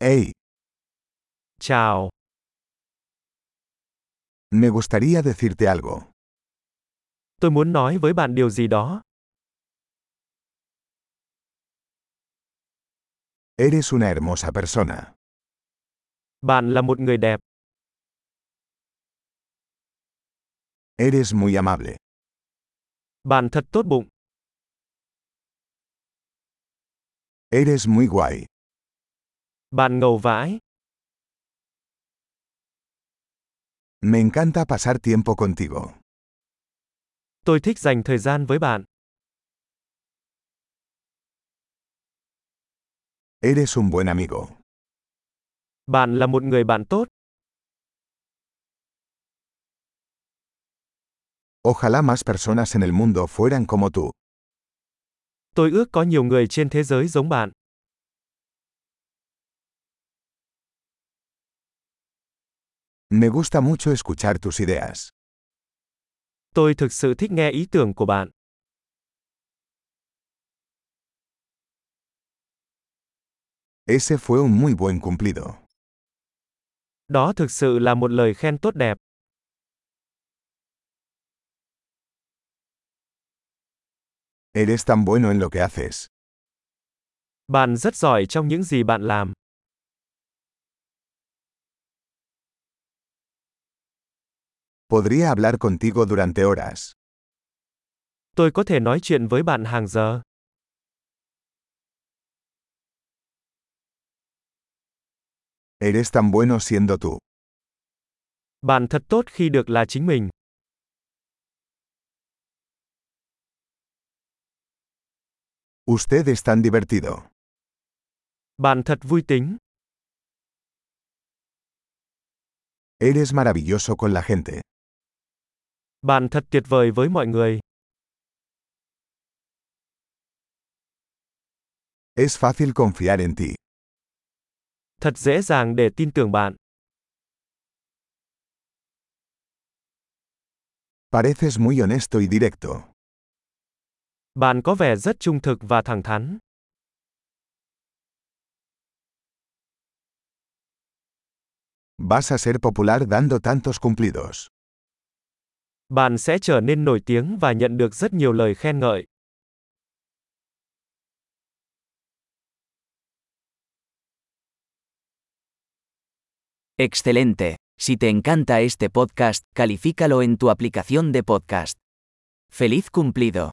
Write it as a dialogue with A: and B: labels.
A: Hey,
B: Chao.
A: me gustaría decirte algo.
B: Tôi muốn nói với bạn điều gì đó.
A: Eres una hermosa persona.
B: Bạn là một người đẹp.
A: Eres muy amable.
B: Bạn thật tốt bụng.
A: Eres muy guay.
B: Bạn ngầu vãi.
A: Me encanta pasar tiempo contigo.
B: Tôi thích dành thời gian với bạn.
A: Eres un buen amigo.
B: Bạn là một người bạn tốt.
A: Ojalá más personas en el mundo fueran como tú.
B: Tôi ước có nhiều người trên thế giới giống bạn.
A: Me gusta mucho escuchar tus ideas.
B: Tôi thực sự thích nghe ý tưởng của bạn.
A: Ese fue un muy buen cumplido.
B: Đó thực sự là một lời khen tốt đẹp.
A: Eres tan bueno en lo que haces.
B: Bạn rất giỏi trong những gì bạn làm.
A: Podría hablar contigo durante horas.
B: Tôi có thể nói chuyện với bạn hàng giờ.
A: Eres tan bueno siendo tú.
B: Bạn thật tốt khi được là chính mình.
A: Usted es tan divertido.
B: Bạn thật vui tính.
A: Eres maravilloso con la gente.
B: Bạn thật tuyệt vời với mọi người.
A: Es fácil confiar en ti.
B: Thật dễ dàng để tin tưởng bạn.
A: Pareces muy honesto y directo.
B: Bạn có vẻ rất trung thực và thẳng thắn.
A: Vas a ser popular dando tantos cumplidos.
B: Bạn sẽ trở nên nổi tiếng và nhận được rất nhiều lời khen ngợi.
C: Excelente. Si te encanta este podcast, califícalo en tu aplicación de podcast. ¡Feliz cumplido!